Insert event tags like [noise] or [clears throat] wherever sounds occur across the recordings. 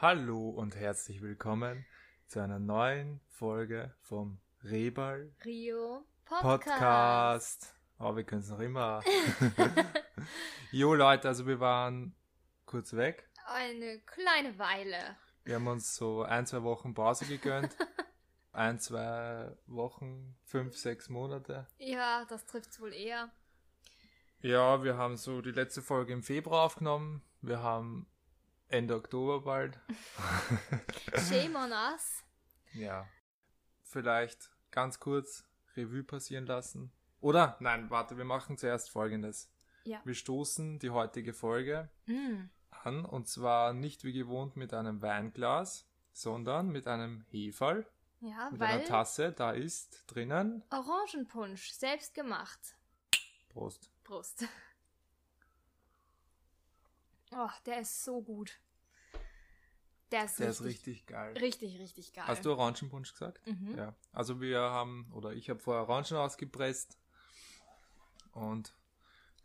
Hallo und herzlich willkommen zu einer neuen Folge vom Rebal Rio Podcast. Podcast. Oh, wir können es noch immer. [laughs] jo, Leute, also wir waren kurz weg. Eine kleine Weile. Wir haben uns so ein, zwei Wochen Pause gegönnt. Ein, zwei Wochen, fünf, sechs Monate. Ja, das trifft's wohl eher. Ja, wir haben so die letzte Folge im Februar aufgenommen. Wir haben Ende Oktober bald. Shame on us. Ja. Vielleicht ganz kurz Revue passieren lassen. Oder? Nein, warte, wir machen zuerst Folgendes. Ja. Wir stoßen die heutige Folge Mm. an und zwar nicht wie gewohnt mit einem Weinglas, sondern mit einem Heferl, Ja, mit einer weil Tasse. Da ist drinnen. Orangenpunsch, selbst gemacht. Prost. Brust. Oh, der ist so gut. Der ist, Der ist richtig, richtig geil. richtig, richtig geil. Hast du Orangenpunsch gesagt? Mhm. Ja. Also wir haben, oder ich habe vorher Orangen ausgepresst und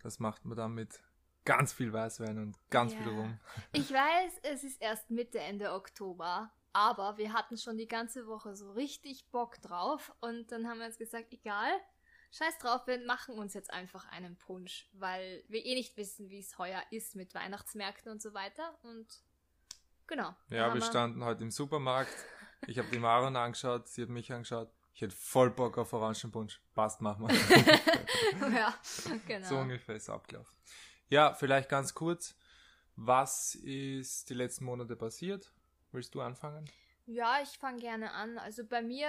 das macht man dann mit ganz viel Weißwein und ganz viel Ja. Rum. Ich weiß, es ist erst Mitte, Ende Oktober, aber wir hatten schon die ganze Woche so richtig Bock drauf und dann haben wir uns gesagt, egal, scheiß drauf, wir machen uns jetzt einfach einen Punsch, weil wir eh nicht wissen, wie es heuer ist mit Weihnachtsmärkten und so weiter und genau. dann Ja, haben wir standen heute im Supermarkt. Ich habe die Maron angeschaut, sie hat mich angeschaut. Ich hätte voll Bock auf Orangenpunsch. Passt, machen wir. [laughs] ja, [laughs] genau. So ungefähr ist der Ablauf. Ja, vielleicht ganz kurz. Was ist die letzten Monate passiert? Willst du anfangen? Ja, ich fange gerne an. Also bei mir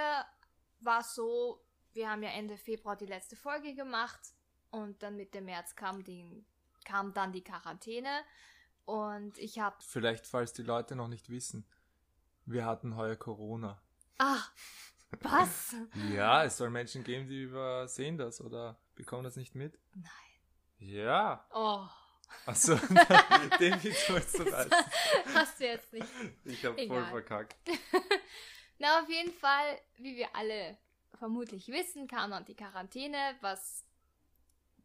war es so, wir haben ja Ende Februar die letzte Folge gemacht und dann Mitte März kam, die, kam dann die Quarantäne und ich habe, Vielleicht, falls die Leute noch nicht wissen. Wir hatten heuer Corona. ach, ah, was? Ja, es soll Menschen geben, die übersehen das oder bekommen das nicht mit. Nein. Ja. [laughs] Oh, [laughs] Achso, den Witz wolltest du das reißen. hast du jetzt nicht. Ich habe voll Egal. verkackt. [laughs] Na, auf jeden Fall, wie wir alle vermutlich wissen, kam dann die Quarantäne, was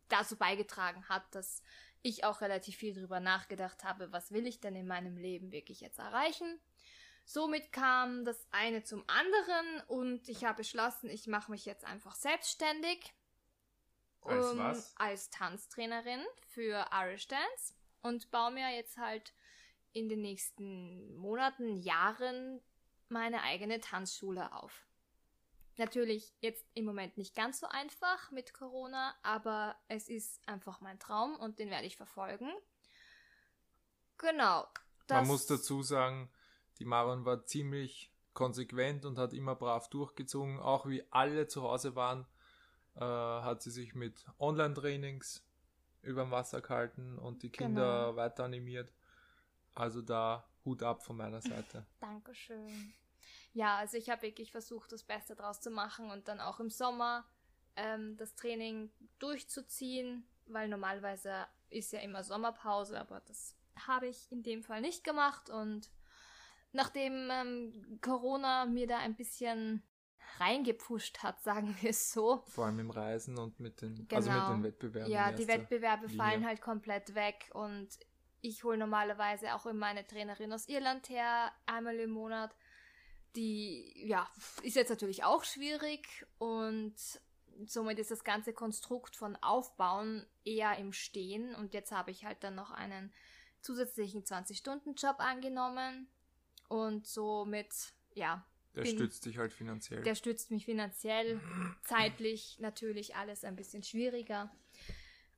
dazu beigetragen hat, dass ich auch relativ viel drüber nachgedacht habe, was will ich denn in meinem Leben wirklich jetzt erreichen. Somit kam das eine zum anderen und ich habe beschlossen, ich mache mich jetzt einfach selbstständig. Als ähm, was? Als Tanztrainerin für Irish Dance und baue mir jetzt halt in den nächsten Monaten, Jahren meine eigene Tanzschule auf. Natürlich jetzt im Moment nicht ganz so einfach mit Corona, aber es ist einfach mein Traum und den werde ich verfolgen. Genau. Man muss dazu sagen, die Maron war ziemlich konsequent und hat immer brav durchgezogen. Auch wie alle zu Hause waren, äh, hat sie sich mit Online-Trainings überm Wasser gehalten und die Kinder Genau. weiter animiert. Also da Hut ab von meiner Seite. Dankeschön. Ja, also ich habe wirklich versucht, das Beste draus zu machen und dann auch im Sommer ähm, das Training durchzuziehen, weil normalerweise ist ja immer Sommerpause, aber das habe ich in dem Fall nicht gemacht und nachdem ähm, Corona mir da ein bisschen reingepusht hat, [laughs] sagen wir es so, Vor allem im Reisen und mit den, also mit Genau. den Wettbewerben. ja, in die erster- Wettbewerbe Linie. fallen halt komplett weg und ich hole normalerweise auch immer eine Trainerin aus Irland her, einmal im Monat. Die, ja, ist jetzt natürlich auch schwierig und somit ist das ganze Konstrukt von Aufbauen eher im Stehen und jetzt habe ich halt dann noch einen zusätzlichen 20-Stunden-Job angenommen und somit, ja, Der bin- stützt dich halt finanziell. der stützt mich finanziell, zeitlich natürlich alles ein bisschen schwieriger.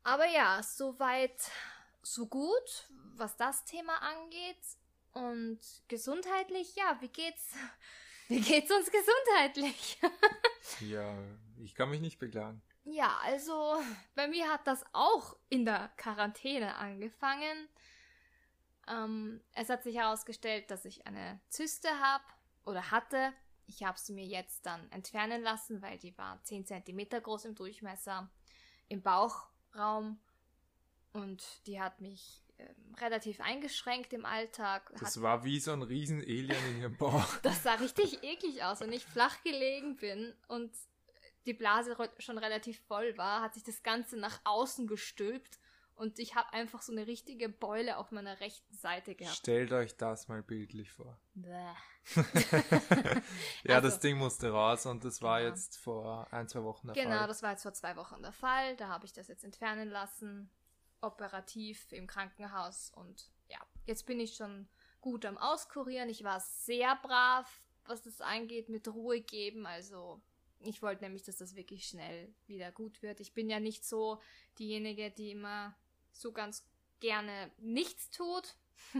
Aber ja, soweit, so gut, was das Thema angeht. Und gesundheitlich, ja, wie geht's? [laughs] Wie geht's uns gesundheitlich? [laughs] ja, ich kann mich nicht beklagen. Ja, also bei mir hat das auch in der Quarantäne angefangen. Ähm, es hat sich herausgestellt, dass ich eine Zyste habe oder hatte. Ich habe sie mir jetzt dann entfernen lassen, weil die war 10 cm groß im Durchmesser, im Bauchraum. Und die hat mich ähm, relativ eingeschränkt im Alltag. Das Hat, war wie so ein riesen Alien in ihrem Bauch. das sah richtig eklig aus. Wenn ich flach gelegen bin und die Blase ro- schon relativ voll war, hat sich das Ganze nach außen gestülpt Und ich habe einfach so eine richtige Beule auf meiner rechten Seite gehabt. Stellt euch das mal bildlich vor. Bäh. ja, [laughs] Also- das Ding musste raus und das war Ja. jetzt vor ein, zwei Wochen der Genau, Fall. das war jetzt vor zwei Wochen der Fall. Da habe ich das jetzt entfernen lassen, operativ im Krankenhaus. Und ja, jetzt bin ich schon gut am Auskurieren. Ich war sehr brav, was das angeht, mit Ruhe geben. Also ich wollte nämlich, dass das wirklich schnell wieder gut wird. Ich bin ja nicht so diejenige, die immer so ganz gerne nichts tut. [laughs]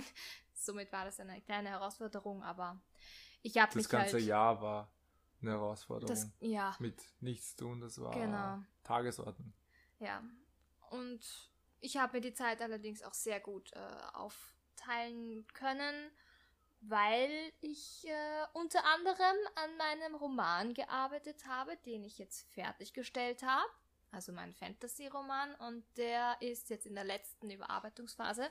Somit war das eine kleine Herausforderung, aber ich habe Das, mich ganze halt... Jahr war eine Herausforderung. das, ja, Mit nichts tun, das war Genau. Tagesordnung. Ja, und ich habe mir die Zeit allerdings auch sehr gut äh, aufteilen können, weil ich äh, unter anderem an meinem Roman gearbeitet habe, den ich jetzt fertiggestellt habe. Also mein Fantasy-Roman und der ist jetzt in der letzten Überarbeitungsphase.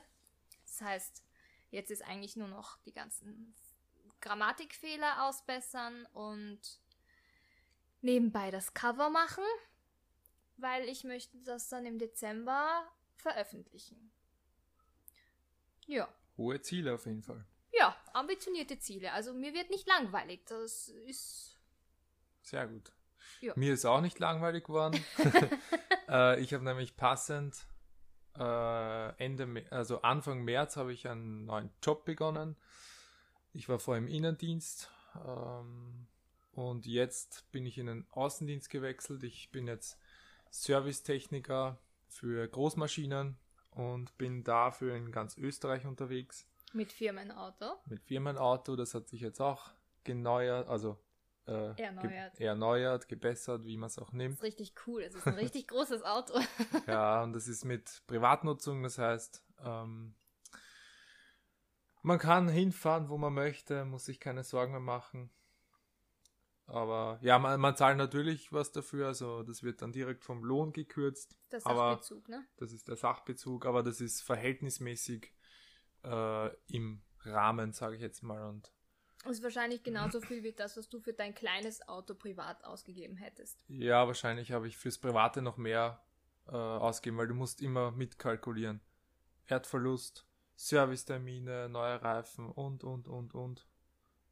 Das heißt, jetzt ist eigentlich nur noch die ganzen Grammatikfehler ausbessern und nebenbei das Cover machen weil ich möchte das dann im Dezember veröffentlichen. Ja, Hohe Ziele auf jeden Fall. ja, ambitionierte Ziele. Also mir wird nicht langweilig. Das ist Sehr gut. Ja. Mir ist auch nicht langweilig geworden. [laughs] äh, ich habe nämlich passend äh, Ende, Mä- also Anfang März habe ich einen neuen Job begonnen. Ich war vorher im Innendienst ähm, und jetzt bin ich in den Außendienst gewechselt. Ich bin jetzt Servicetechniker für Großmaschinen und bin dafür in ganz Österreich unterwegs mit Firmenauto. mit Firmenauto, das hat sich jetzt auch geneuert, also äh, ge- Erneuert. erneuert, gebessert, wie man es auch Das nimmt. [laughs] ist richtig cool. Es ist ein [laughs] richtig großes Auto. ja, und das ist mit Privatnutzung, das heißt, ähm, man kann hinfahren, wo man möchte, muss sich keine Sorgen mehr machen. Aber ja, man, man zahlt natürlich was dafür, also das wird dann direkt vom Lohn gekürzt. Das ist Aber- Bezug, ne? Das ist der Sachbezug, aber das ist verhältnismäßig äh, im Rahmen, sage ich jetzt mal. Und Ist wahrscheinlich genauso viel wie das, was du für dein kleines Auto privat ausgegeben hättest. Ja, wahrscheinlich habe ich fürs Private noch mehr äh, ausgegeben, weil du musst immer mitkalkulieren. Erdverlust, Servicetermine, neue Reifen und, und, und, und.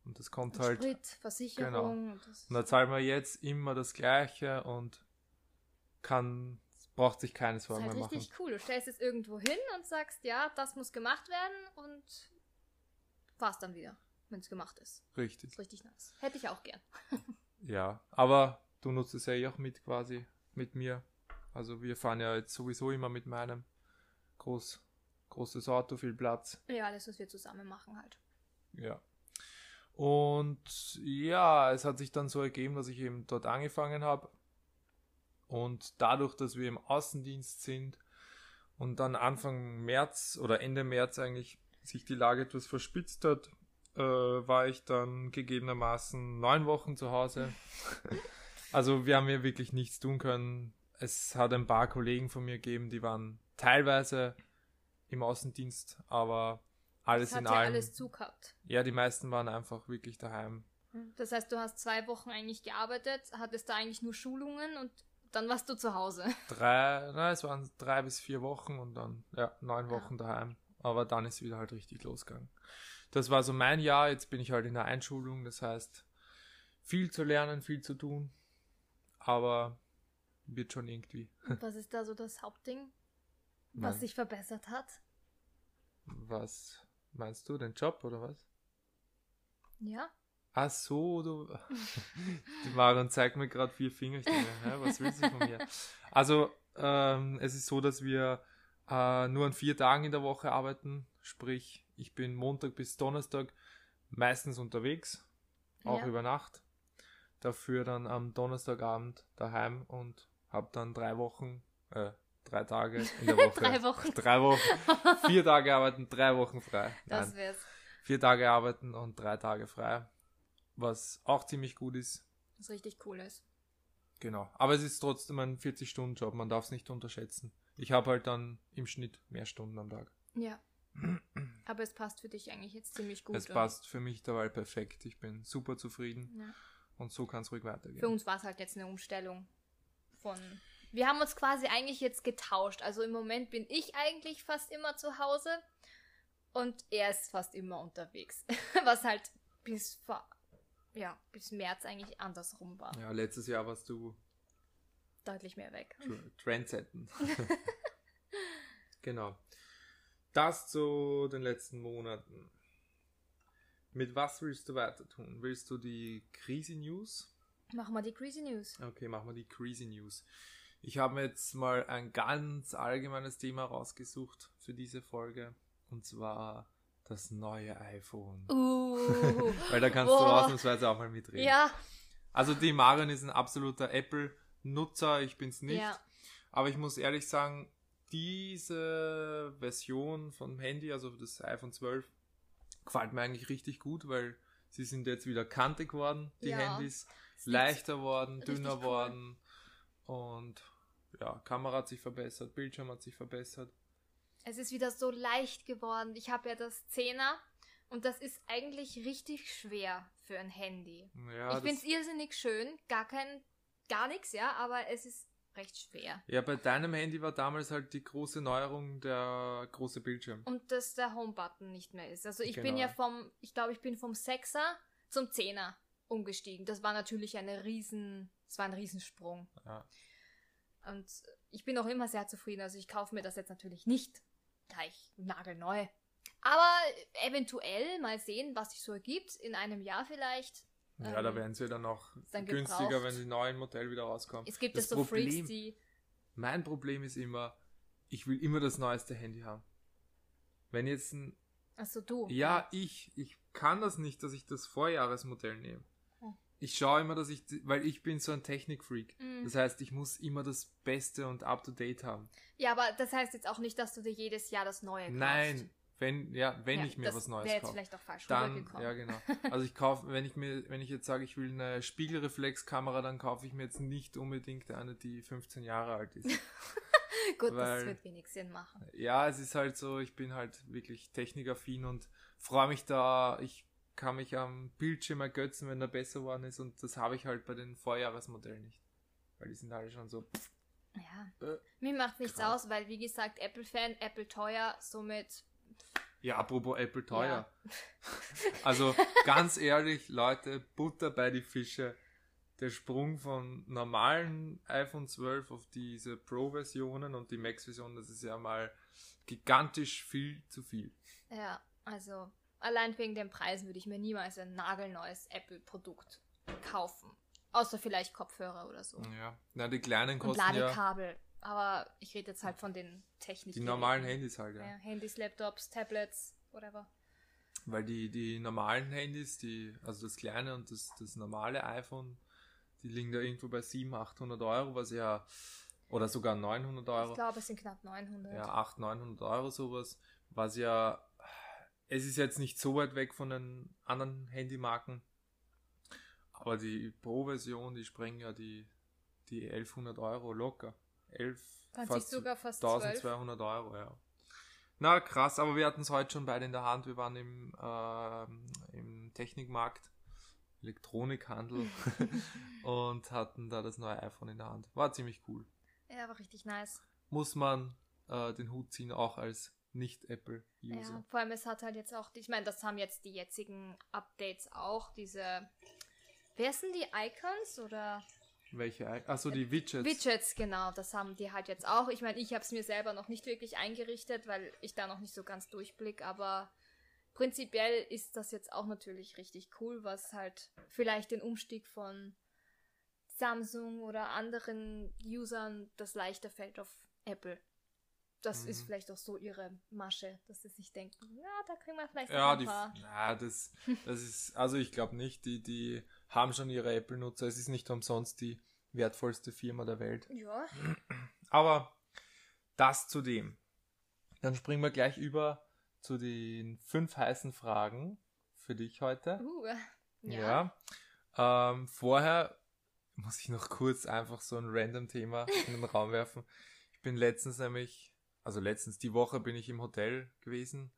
Und das kommt Und halt. Genau. Sprit, Versicherung. und Das Und da zahlt man jetzt immer das Gleiche und kann, braucht sich keine Das Sorgen ist halt mehr machen. richtig cool. Du stellst es irgendwo hin und sagst, ja, das muss gemacht werden und war's dann wieder, wenn es gemacht ist. Richtig. Ist richtig nice. Hätte ich auch gern. Ja, aber du nutzt es ja eh auch mit quasi, mit mir. Also wir fahren ja jetzt sowieso immer mit meinem. Groß, großes Auto, viel Platz. Ja, alles, was wir zusammen machen halt. Ja. Und ja, es hat sich dann so ergeben, dass ich eben dort angefangen habe. Und dadurch, dass wir im Außendienst sind und dann Anfang März oder Ende März eigentlich sich die Lage etwas verspitzt hat, äh, war ich dann gegebenermaßen neun Wochen zu [laughs] Hause. also wir haben ja wirklich nichts tun können. Es hat ein paar Kollegen von mir gegeben, die waren teilweise im Außendienst, aber alles das hat in ja allem. alles zugehabt. Ja, die meisten waren einfach wirklich daheim. Das heißt, du hast zwei Wochen eigentlich gearbeitet, hattest da eigentlich nur Schulungen und dann warst du zu Hause. Drei, na, es waren drei bis vier Wochen und dann, ja, neun Wochen daheim. Aber dann ist wieder halt richtig losgegangen. Das war so mein Jahr, jetzt bin ich halt in der Einschulung, das heißt, viel zu lernen, viel zu tun, aber wird schon irgendwie. Und [laughs] was ist da so das Hauptding, was Mein- sich verbessert hat? was meinst du, den Job oder was? Ja? Ach so, du. [laughs] Die Marion zeigt mir gerade vier Finger. Ich denke, hä, was willst du von mir? Also, ähm, es ist so, dass wir äh, nur an vier Tagen in der Woche arbeiten. Sprich, ich bin Montag bis Donnerstag meistens unterwegs, auch ja. über Nacht. Dafür dann am Donnerstagabend daheim und habe dann drei Wochen, äh, drei Tage in [laughs] der Woche. Drei Wochen. Drei [laughs] Wochen. Vier Tage arbeiten, drei Wochen frei. Nein Das wär's. vier Tage arbeiten und drei Tage frei, was auch ziemlich gut ist. Was richtig cool ist. Genau. Aber es ist trotzdem ein 40-Stunden-Job, man darf es nicht unterschätzen. Ich habe halt dann im Schnitt mehr Stunden am Tag. Ja. Aber es passt für dich eigentlich jetzt ziemlich gut. es oder? passt für mich dabei perfekt. Ich bin super zufrieden Ja. und so kann es ruhig Für weitergehen. uns war es halt jetzt eine Umstellung von Wir haben uns quasi eigentlich jetzt getauscht. Also im Moment bin ich eigentlich fast immer zu Hause und er ist fast immer unterwegs. [laughs] Was halt bis, vor, ja, bis März eigentlich andersrum war. Ja, letztes Jahr warst du Deutlich mehr weg. Tr- [laughs] Trendsetten. genau. Das zu den letzten Monaten. Mit was willst du weiter tun? Willst du die Crazy News? Machen wir die Crazy News. Okay, machen wir die Crazy News. Ich habe mir jetzt mal ein ganz allgemeines Thema rausgesucht für diese Folge. Und zwar das neue iPhone. Uh. [laughs] [laughs] Weil da kannst du Boah. ausnahmsweise auch mal mitreden. ja, Also die Marion ist ein absoluter Apple-Nutzer, ich bin's nicht. Ja. Aber ich muss ehrlich sagen, diese Version vom Handy, also das iPhone 12, gefällt mir eigentlich richtig gut, weil sie sind jetzt wieder kantig geworden, die Ja. Handys. ist Leichter worden, richtig dünner cool. worden. Und ja, Kamera hat sich verbessert, Bildschirm hat sich verbessert. es ist wieder so leicht geworden. Ich habe ja das Zehner und das ist eigentlich richtig schwer für ein Handy. Ja, ich das- finde es irrsinnig schön, gar kein, gar nichts, ja, aber es ist recht schwer. ja, bei deinem Handy war damals halt die große Neuerung der große Bildschirm. Und dass der Home-Button nicht mehr ist. Also ich bin Genau. ja vom, ich glaube, ich bin vom Sechser zum Zehner umgestiegen. Das war natürlich eine riesen, es war ein Riesensprung. Ja. Und ich bin auch immer sehr zufrieden. Also ich kaufe mir das jetzt natürlich nicht gleich nagelneu. Aber eventuell mal sehen, was sich so ergibt. In einem Jahr vielleicht. Ja, da Ähm, werden sie dann auch dann günstiger, gebraucht. wenn die neuen Modell wieder rauskommen. Es gibt ja Das so Problem- Freaks, die. Mein Problem ist immer, ich will immer das neueste Handy haben. Wenn jetzt ein, Achso, du. ja, ich, ich kann das nicht, dass ich das Vorjahresmodell nehme. Hm. Ich schaue immer, dass ich, weil ich bin so ein Technikfreak. Mhm. Das heißt, ich muss immer das Beste und up to date haben. Ja, aber das heißt jetzt auch nicht, dass du dir jedes Jahr das Neue kaufst. Nein, wenn, ja, wenn Ja, ich mir das was wär Neues jetzt kaufe. vielleicht auch falsch Dann, rübergekommen. ja [laughs] genau. Also ich kaufe, wenn ich mir, wenn ich jetzt sage, ich will eine Spiegelreflexkamera, dann kaufe ich mir jetzt nicht unbedingt eine, die 15 Jahre alt [laughs] ist. Gut, das Weil- wird wenig Sinn machen. Ja, es ist halt so, ich bin halt wirklich technikaffin und freue mich da, ich kann mich am Bildschirm ergötzen, wenn er besser geworden ist und das habe ich halt bei den Vorjahresmodellen nicht. Weil die sind alle schon so. Ja. Äh, Mir macht nichts krass. aus, weil wie gesagt, Apple-Fan, Apple teuer, somit Ja, apropos Apple teuer. [laughs] Also ganz ehrlich, Leute, Butter bei die Fische. Der Sprung von normalen iPhone 12 auf diese Pro-Versionen und die Max-Version, das ist ja mal gigantisch viel zu viel. Ja, also allein wegen den Preisen würde ich mir niemals ein nagelneues Apple-Produkt kaufen. Außer vielleicht Kopfhörer oder so. Ja, na die kleinen Und kosten ja Ladekabel. Aber ich rede jetzt halt von den Technik. die normalen Handys halt, Ja, Handys, Laptops, Tablets, whatever. Weil die, die normalen Handys, die, also das kleine und das, das normale iPhone, die liegen da irgendwo bei 700, 800 Euro, was ja, oder sogar 900 Ich Euro, glaube, es sind knapp 900. ja, 800, 900 Euro sowas, was ja, es ist jetzt nicht so weit weg von den anderen Handymarken, aber die Pro-Version, die sprengen ja die, die 1100 Euro locker. 11, Kann sich fast sogar fast 12. 1200 Euro, ja. Na krass, aber wir hatten es heute schon beide in der Hand. Wir waren im, ähm, im Technikmarkt, [laughs] Elektronikhandel und hatten da das neue iPhone in der Hand. War ziemlich cool. Ja, war richtig nice. Muss man äh, den Hut ziehen, auch als Nicht-Apple-User. Ja, vor allem es hat halt jetzt auch, die- ich meine, das haben jetzt die jetzigen Updates auch, diese, wer sind die Icons oder Welche? Achso, die Widgets. Widgets, genau, das haben die halt jetzt auch. Ich meine, ich habe es mir selber noch nicht wirklich eingerichtet, weil ich da noch nicht so ganz durchblick, aber prinzipiell ist das jetzt auch natürlich richtig cool, was halt vielleicht den Umstieg von Samsung oder anderen Usern das leichter fällt auf Apple. Das ist Mhm. vielleicht auch so ihre Masche, dass sie sich denken, ja, da kriegen wir vielleicht Ja, noch die, ein paar. na, das, das ist, also ich glaube nicht, die, die haben schon ihre Apple-Nutzer. Es ist nicht umsonst die wertvollste Firma der Welt. [clears throat] Ja, Aber das zu dem. Dann springen wir gleich über zu den fünf heißen Fragen für dich heute. uh, ja. Ja. Ähm, vorher muss ich noch kurz einfach so ein random Thema in den Raum werfen. Ich bin letztens nämlich, also letztens die Woche bin ich im Hotel gewesen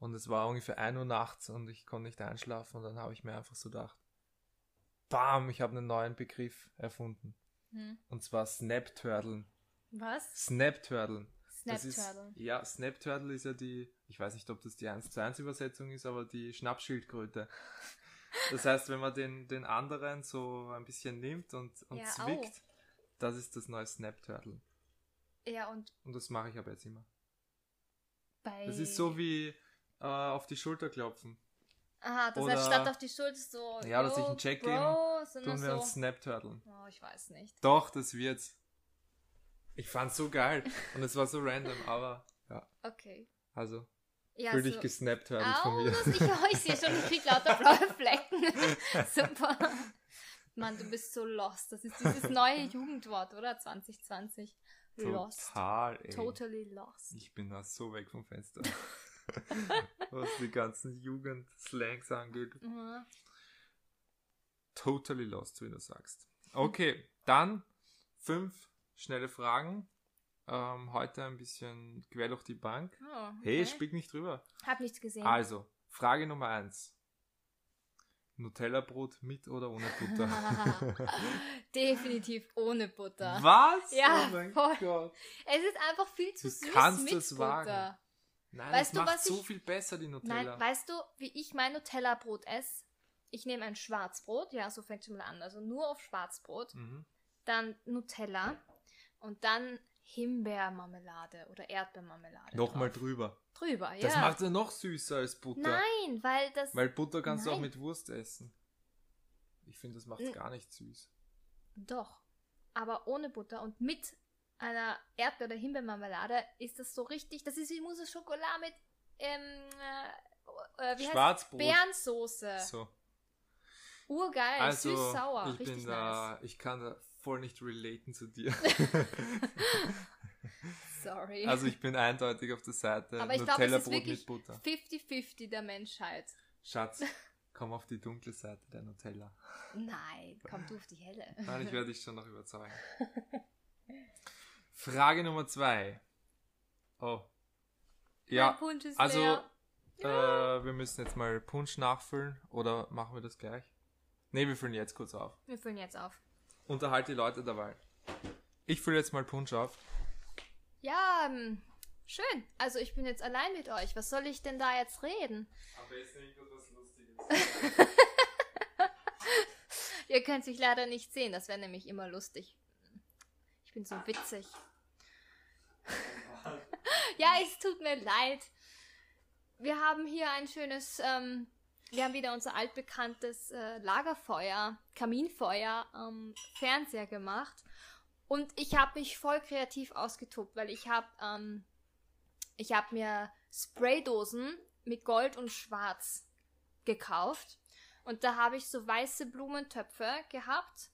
und es war ungefähr 1 Uhr nachts und ich konnte nicht einschlafen und dann habe ich mir einfach so gedacht, bam, ich habe einen neuen Begriff erfunden. Hm. Und zwar Snapturteln. Was? Snap Turtle. Snap Das ist- Turtle. Ja, Snap Turtle ist ja die, ich weiß nicht, ob das die 1 zu 1 Übersetzung ist, aber die [laughs] Schnappschildkröte. Das heißt, wenn man den, den anderen so ein bisschen nimmt und, und Ja, au. zwickt, das ist das neue Snap Turtle. Ja, und Und das mache ich aber jetzt immer. bei. Das ist so wie äh, auf die Schulter klopfen. Aha, das oder- heißt, statt auf die Schulter so. Ja, dass yo, ich einen Check Bro, sondern Tun wir so. uns Snap Turtle. Oh, ich weiß nicht. Doch, das wird's. Ich fand's so geil. Und es war so random, aber ja, Okay. also Ja, fühl so. dich gesnappt Turtle Au, von mir. das, ich, oh, ich sehe schon, ich krieg lauter blaue Flecken. [laughs] Super. Mann, du bist so lost. Das ist dieses neue Jugendwort, oder? 2020. [laughs] Lost. Total, ey. Totally lost. Ich bin da so weg vom Fenster. [laughs] Was die ganzen Jugend-Slangs angeht. Mhm. Totally lost, wie du sagst. Okay, dann fünf schnelle Fragen. Ähm, heute ein bisschen quer durch die Bank. Oh, Hey, okay. spiel nicht drüber. Hab nichts gesehen. Also, Frage Nummer eins. Nutella-Brot mit oder ohne Butter? Definitiv ohne [laughs] Butter. Was? Ja, oh mein voll. Gott. Es ist einfach viel zu Du süß kannst mit es Butter. wagen. Nein, Weißt das du, macht was so ich- viel besser, die Nutella. Nein, weißt du, wie ich mein Nutella-Brot esse? Ich nehme ein Schwarzbrot, ja, so fängt schon mal an, also nur auf Schwarzbrot, mhm. dann Nutella und dann Himbeermarmelade oder Erdbeermarmelade. Nochmal drauf. drüber. drüber, ja. Das macht ja noch süßer als Butter. Nein, weil das. Weil Butter kannst du auch Nein. mit Wurst essen. Ich finde, das macht N- gar nicht süß. Doch. Aber ohne Butter und mit einer Erdbeer- oder Himbeermarmelade ist das so richtig. Das ist wie Mousse au Schokolade mit ähm, äh, äh, wie heißt Schwarzbrot. Bärensoße. So. Urgeil, Also, süß-sauer. ich richtig bin da, nice. ich kann da voll nicht relaten zu [laughs] dir. Sorry. also ich bin eindeutig auf der Seite Aber ich glaube, es Nutella ist Brot mit wirklich Butter. 50-50 der Menschheit. Schatz, komm auf die dunkle Seite der Nutella. Nein, komm du auf die helle. Nein, ich werde dich schon noch [laughs] überzeugen. Frage Nummer zwei. Oh. Ja, Mein Punsch ist Also, leer. äh, wir müssen jetzt mal Punsch nachfüllen oder machen wir das gleich? Ne, wir füllen jetzt kurz auf. Wir füllen jetzt auf. Unterhalt die Leute dabei. Ich fülle jetzt mal Punsch auf. Ja, ähm, schön. Also ich bin jetzt allein mit euch. Was soll ich denn da jetzt reden? Am besten irgendwas Lustiges. [laughs] Ihr könnt mich leider nicht sehen, das wäre nämlich immer lustig. Ich bin so witzig. [laughs] ja, es tut mir leid. Wir haben hier ein schönes, ähm, wir haben wieder unser altbekanntes äh, Lagerfeuer, Kaminfeuer am Fernseher gemacht. Und ich habe mich voll kreativ ausgetobt, weil ich habe ähm, ich habe mir Spraydosen mit Gold und Schwarz gekauft. Und da habe ich so weiße Blumentöpfe gehabt.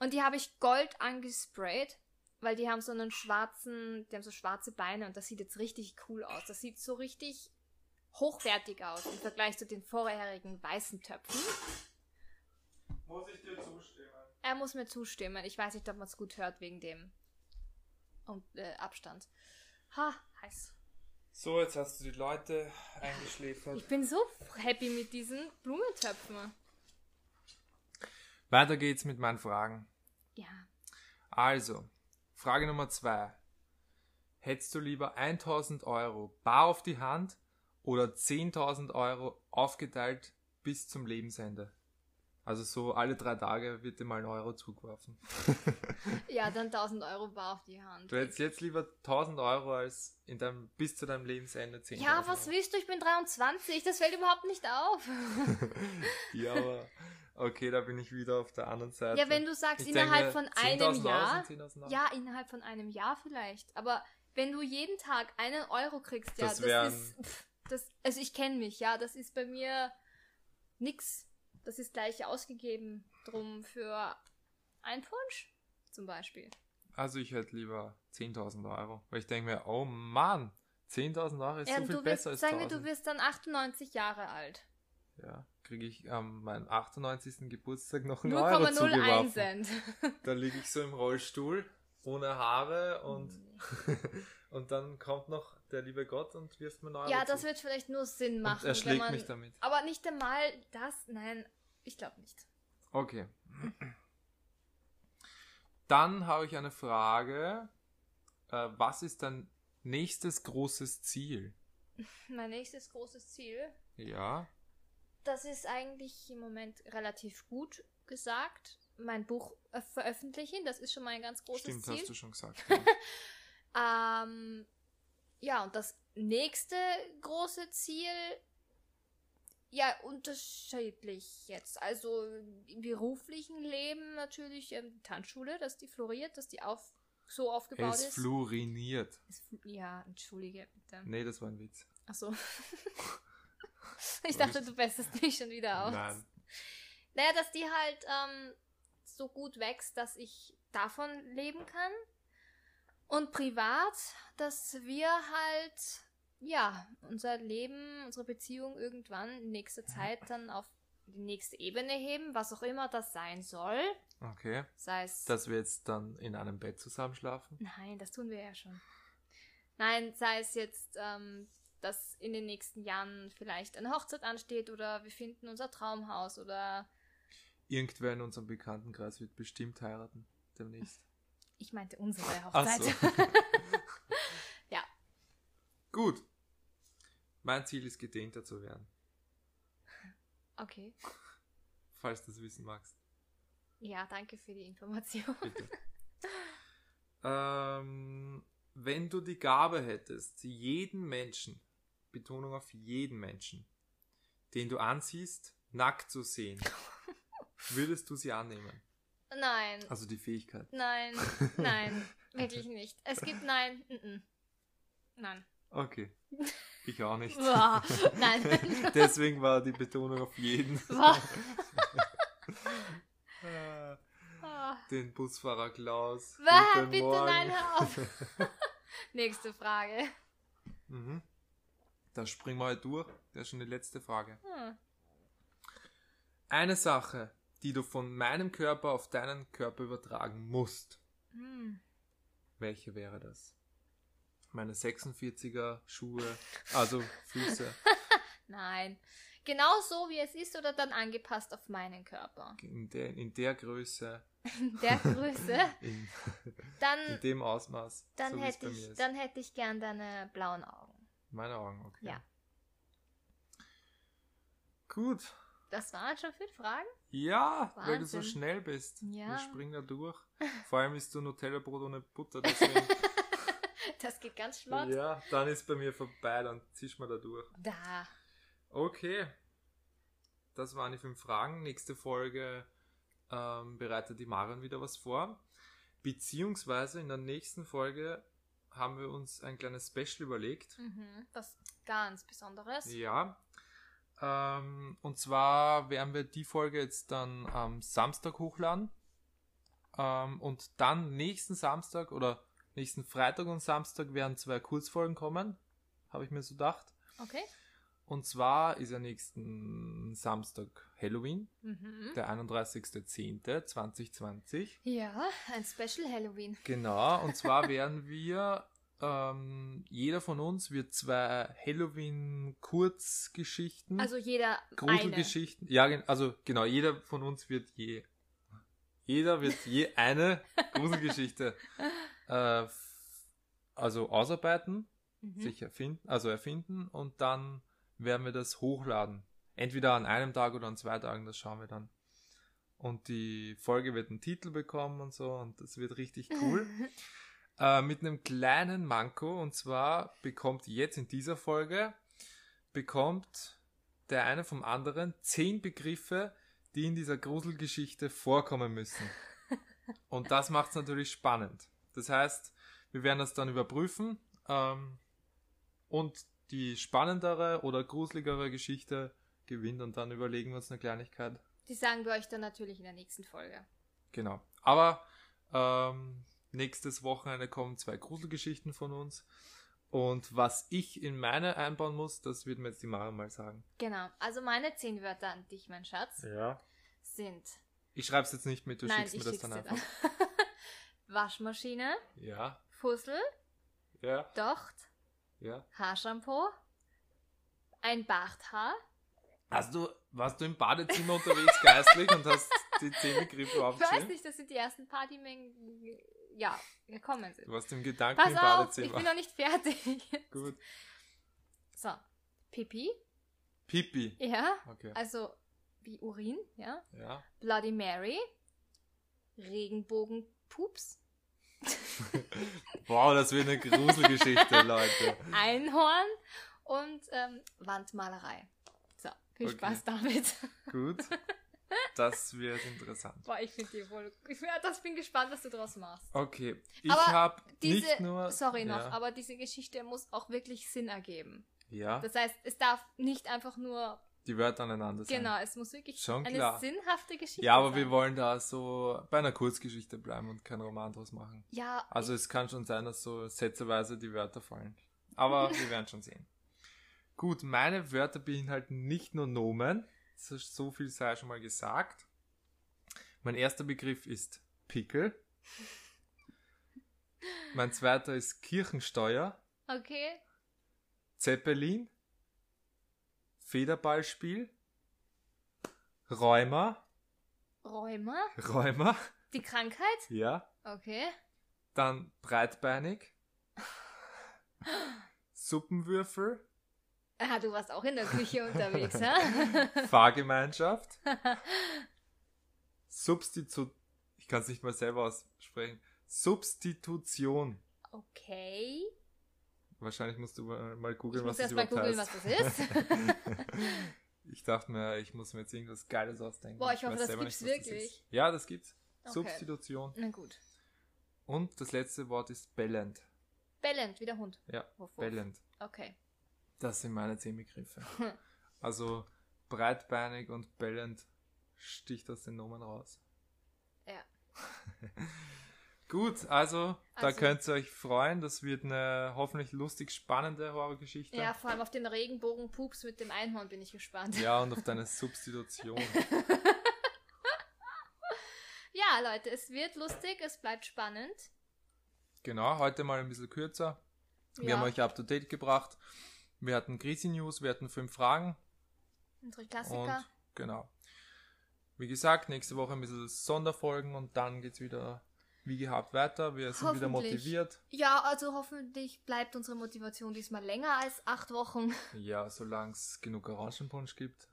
Und die habe ich gold angesprayt, weil die haben so einen schwarzen, die haben so schwarze Beine und das sieht jetzt richtig cool aus. Das sieht so richtig hochwertig aus im Vergleich zu den vorherigen weißen Töpfen. Muss ich dir zustimmen? Er muss mir zustimmen. Ich weiß nicht, ob man es gut hört wegen dem und, äh, Abstand. Ha, heiß. So, jetzt hast du die Leute eingeschläfert. Ich bin so happy mit diesen Blumentöpfen. Weiter geht's mit meinen Fragen. Ja. Also, Frage Nummer zwei. Hättest du lieber 1000 Euro bar auf die Hand oder 10.000 Euro aufgeteilt bis zum Lebensende? Also so alle drei Tage wird dir mal ein Euro zugeworfen. Ja, dann 1000 Euro bar auf die Hand. Du hättest jetzt lieber 1000 Euro als in deinem, bis zu deinem Lebensende 10.000 Ja, was Euro. willst du? Ich bin 23. Das fällt überhaupt nicht auf. [laughs] Ja, aber okay, da bin ich wieder auf der anderen Seite. ja, wenn du sagst, Ich denke, innerhalb von einem 10.000 Jahr. Euro sind 10.000 Euro. Ja, innerhalb von einem Jahr vielleicht. Aber wenn du jeden Tag einen Euro kriegst, ja, Das das, wären- ist. Pff, das, also ich kenne mich, ja, das ist bei mir nix. Das ist gleich ausgegeben drum für einen Punsch zum Beispiel. Also ich hätte lieber 10.000 Euro, weil ich denke mir, oh Mann, 10.000 Euro ist Ja, so und viel du wirst, besser als sagen wir, 1000. du wirst dann 98 Jahre alt. ja, kriege ich am meinem 98. Geburtstag noch einen Euro 0,01 zugeworfen. Cent. Da liege ich so im Rollstuhl, ohne Haare und, [laughs] und dann kommt noch der liebe Gott und wirft mir einen Euro [laughs] Ja, zu. das wird vielleicht nur Sinn machen. und er wenn schlägt man, mich damit. Aber nicht einmal das, nein, ich glaube nicht. Okay. Dann habe ich eine Frage. Äh, was ist dein nächstes großes Ziel? Mein nächstes großes Ziel, Ja, das ist eigentlich im Moment relativ gut gesagt. Mein Buch äh, veröffentlichen, das ist schon mal ein ganz großes stimmt, Ziel. hast du schon gesagt. [laughs] ja. Ähm, ja, und das nächste große Ziel, ja, unterschiedlich jetzt. Also im beruflichen Leben natürlich ähm, die Tanzschule, dass die floriert, dass die auf, so aufgebaut es ist. floriniert. Es fl- ja, entschuldige bitte. Nee, das war ein Witz. Achso. [laughs] ich dachte, du bestest mich schon wieder aus. Nein. Naja, dass die halt ähm, so gut wächst, dass ich davon leben kann. Und privat, dass wir halt, ja, unser Leben, unsere Beziehung irgendwann in nächster Zeit dann auf die nächste Ebene heben, was auch immer das sein soll. Okay. Sei es. Dass wir jetzt dann in einem Bett zusammenschlafen. Nein, das tun wir ja schon. Nein, sei es jetzt, ähm, dass in den nächsten Jahren vielleicht eine Hochzeit ansteht oder wir finden unser Traumhaus oder Irgendwer in unserem Bekanntenkreis wird bestimmt heiraten. Demnächst. ich meinte unsere Ach Hochzeit. so. Ja. Gut. Mein Ziel ist, gedehnter zu werden. [laughs] Okay. Falls du es wissen magst. Ja, danke für die Information. [laughs] Bitte. ähm, wenn du die Gabe hättest, jeden Menschen, Betonung auf jeden Menschen, den du ansiehst, nackt zu [laughs] sehen, würdest du sie annehmen? Nein, Also die Fähigkeit. nein, [laughs] nein, wirklich nicht. Es gibt nein, n [laughs] nein. Okay. Ich auch [laughs] nicht. Uah, nein. [laughs] Deswegen war die Betonung auf jeden. Uah. Äh, Ah. [laughs] Den Busfahrer Klaus. Uah, Guten bitte Morgen. nein, hör auf. [laughs] Nächste Frage. Mhm. Da springen wir halt durch. Das ist schon die letzte Frage. Hm. Eine Sache, die du von meinem Körper auf deinen Körper übertragen musst. Hm. Welche wäre das? Meine 46er Schuhe, also Füße. Nein. Genau so, wie es ist oder dann angepasst auf meinen Körper. In der, in der Größe, In der [laughs] Größe. in, in Dann, dem Ausmaß. Mm. dann, so wie es hätte bei mir ich, ist. dann hätte ich gern deine blauen Augen. Meine Augen, okay. Ja. Gut. Das waren schon fünf Fragen. Ja, weil du so Wahnsinn. schnell bist. Ja. Wir springen da durch. Vor allem isst du Nutella-Brot ohne Butter. Deswegen, [laughs] Das geht ganz flott. ja, dann ist bei mir vorbei, dann ziehst wir da durch. Da. Okay. Das waren die fünf Fragen. Nächste Folge ähm, bereitet die Marion wieder was vor. Beziehungsweise in der nächsten Folge haben wir uns ein kleines Special überlegt. Mhm. Was ganz Besonderes. Ja. Ähm, und zwar werden wir die Folge jetzt dann am Samstag hochladen. Ähm, und dann nächsten Samstag oder nächsten Freitag und Samstag werden zwei Kurzfolgen kommen. Habe ich mir so gedacht. Okay. Und zwar ist ja nächsten Samstag Halloween, Mhm. der 31.10.2020. Ja, ein Special Halloween. Genau, und zwar werden wir, ähm, jeder von uns wird zwei Halloween-Kurzgeschichten. Also jeder eine. Gruselgeschichten. Ja, gen- also genau, jeder von uns wird je. Jeder wird je eine Gruselgeschichte äh, f- also ausarbeiten, Mhm. sich erfinden, also erfinden und dann werden wir das hochladen. Entweder an einem Tag oder an zwei Tagen, das schauen wir dann. Und die Folge wird einen Titel bekommen und so und das wird richtig cool. Äh, mit einem kleinen Manko und zwar bekommt jetzt in dieser Folge bekommt der eine vom anderen zehn Begriffe, die in dieser Gruselgeschichte vorkommen müssen. Und das macht es natürlich spannend. Das heißt, wir werden das dann überprüfen ähm, und die spannendere oder gruseligere Geschichte gewinnt und dann überlegen wir uns eine Kleinigkeit. Die sagen wir euch dann natürlich in der nächsten Folge. Genau. Aber ähm, nächstes Wochenende kommen zwei Gruselgeschichten von uns. Und was ich in meine einbauen muss, das wird mir jetzt die Mara mal sagen. Genau. Also meine zehn Wörter an dich, mein Schatz, Ja. sind. Ich schreib's jetzt nicht mit, du Nein, schickst ich mir das schick's dann dir einfach. dann. [laughs] Waschmaschine, Ja, Fussel, ja, Docht, ja. Haarshampoo, ein Barthaar. Hast du, warst du im Badezimmer unterwegs geistlich und hast die zehn Begriffe Ich weiß aufgeschrieben? nicht, das sind die ersten paar, die mir in- ja, gekommen sind. Du warst im Gedanken Pass im auf, ich Badezimmer. bin noch nicht fertig. [laughs] Gut. So, Pipi, Pipi. ja, Okay. also wie Urin, ja. Ja. Bloody Mary, [laughs] Regenbogenpups, Wow, das wird eine [laughs] Gruselgeschichte, Leute. Einhorn und ähm, Wandmalerei. So, viel Okay. Spaß damit. Gut. Das wird interessant. Boah, ich finde die wohl. Ich bin, das bin gespannt, was du draus machst. Okay. Ich Aber habe Diese, nicht nur. sorry noch, ja. aber diese Geschichte muss auch wirklich Sinn ergeben. Ja, Das heißt, es darf nicht einfach nur, die Wörter aneinander sein. genau, es muss wirklich Schon eine klar. sinnhafte Geschichte Ja, aber sein. wir wollen da so bei einer Kurzgeschichte bleiben und keinen Roman draus machen. Ja, Also es kann schon sein, dass so sätzeweise die Wörter fallen. Aber wir werden schon sehen. Gut, meine Wörter beinhalten nicht nur Nomen. So- So viel sei schon mal gesagt. Mein erster Begriff ist Pickel. Mein zweiter ist Kirchensteuer, okay. Zeppelin, Federballspiel, Rheuma, Rheuma, Rheuma, die Krankheit, [laughs] ja, okay. Dann breitbeinig. Suppenwürfel. Ah, du warst auch in [laughs] der Küche unterwegs, ne? Fahrgemeinschaft. Substitu... Ich kann es nicht mal selber aussprechen. Substitution. Okay. Wahrscheinlich musst du mal mal Ich googeln, was muss das erst mal überhaupt googeln, was heißt. das ist. [laughs] ich dachte mir, ich muss mir jetzt irgendwas Geiles ausdenken. Boah, ich hoffe, weiß das selber gibt's was das wirklich. ist. ja, das gibt's. Okay. Substitution. Na gut. Und das letzte Wort ist bellend. Bellend, wie der Hund. Ja, Wuff, wuff. bellend. Okay. Das sind meine zehn [laughs] Begriffe. Also breitbeinig und bellend sticht aus den Nomen raus. Ja. [laughs] Gut, also, da Also- könnt ihr euch freuen. Das wird eine hoffentlich lustig spannende Horrorgeschichte. Ja, vor allem auf den Regenbogenpups mit dem Einhorn bin ich gespannt. Ja, und auf deine [laughs] Substitution. Ja, Leute, es wird lustig, es bleibt spannend. genau, heute mal ein bisschen kürzer. Wir ja. haben euch up to date gebracht. Wir hatten Grisi News, wir hatten fünf Fragen. unsere Und Klassiker. genau. Wie gesagt, nächste Woche ein bisschen Sonderfolgen und dann geht's wieder wie gehabt weiter. Wir sind wieder Hoffentlich. motiviert. Ja, also hoffentlich bleibt unsere Motivation diesmal länger als [laughs] acht Wochen. Ja, solange es genug Orangenpunsch gibt.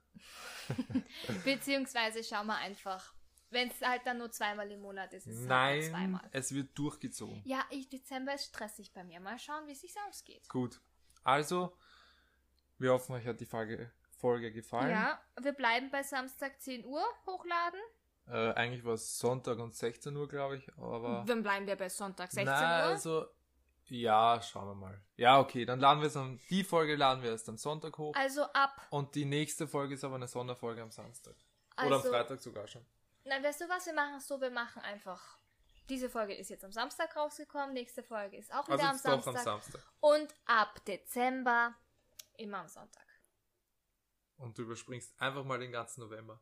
Beziehungsweise schauen wir einfach. Wenn es halt dann nur zweimal im Monat ist, ist es halt nur Nein, zweimal. es wird durchgezogen. Ja, ich, Dezember ist stressig bei mir. Mal schauen, wie es sich ausgeht. Gut. Also, wir hoffen, euch hat die Folge, Folge gefallen. Ja, wir bleiben bei Samstag 10 Uhr hochladen. Äh, eigentlich war es Sonntag und 16 Uhr, glaube ich, aber. Dann bleiben wir bei Sonntag 16 Na, Uhr. also, ja, schauen wir mal. Ja, okay, dann laden wir es am, die Folge laden wir erst am Sonntag hoch. also ab. und die nächste Folge ist aber eine Sonderfolge am Samstag. Oder am Also, Freitag sogar schon. Nein, weißt du was? Wir machen es so, wir machen einfach. Diese Folge ist jetzt am Samstag rausgekommen, nächste Folge ist auch wieder Also, am, es ist doch Samstag. am Samstag. Und ab Dezember immer am Sonntag. Und du überspringst einfach mal den ganzen November.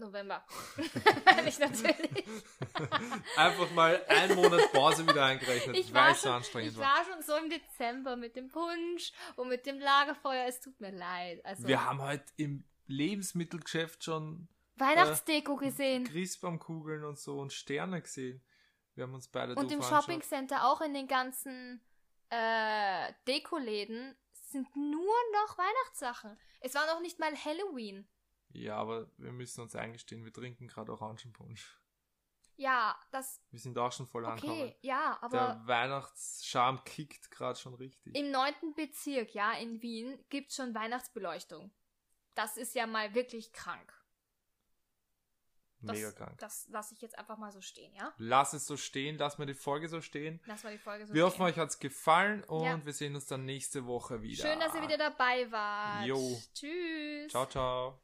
[laughs] November. Nicht natürlich. Einfach mal einen Monat Pause wieder eingerechnet, Ich weil war, es so schon, anstrengend ich war. war schon so im Dezember mit dem Punsch und mit dem Lagerfeuer. Es tut mir leid. Also Wir haben äh, heute im Lebensmittelgeschäft schon Weihnachtsdeko gesehen. Christbaumkugeln und so und Sterne gesehen. Wir haben uns beide Und doof im angeschaut. Shoppingcenter, auch in den ganzen äh, Dekoläden, sind nur noch Weihnachtssachen. Es war noch nicht mal Halloween. Ja, aber wir müssen uns eingestehen, wir trinken gerade Orangenpunsch. Ja, das. Wir sind auch schon voll angekommen. Okay, ja, aber. Der Weihnachtsscham kickt gerade schon richtig. Im neunten Bezirk, ja, in Wien, gibt es schon Weihnachtsbeleuchtung. Das ist ja mal wirklich krank. Das, Mega krank. Das lasse ich jetzt einfach mal so stehen, ja? Lass es so stehen, lass mir die Folge so stehen. Lass mal die Folge so wir hoffen, stehen. euch hat's gefallen und Ja. wir sehen uns dann nächste Woche wieder. Schön, dass ihr wieder dabei wart. Jo. Tschüss. Ciao, ciao.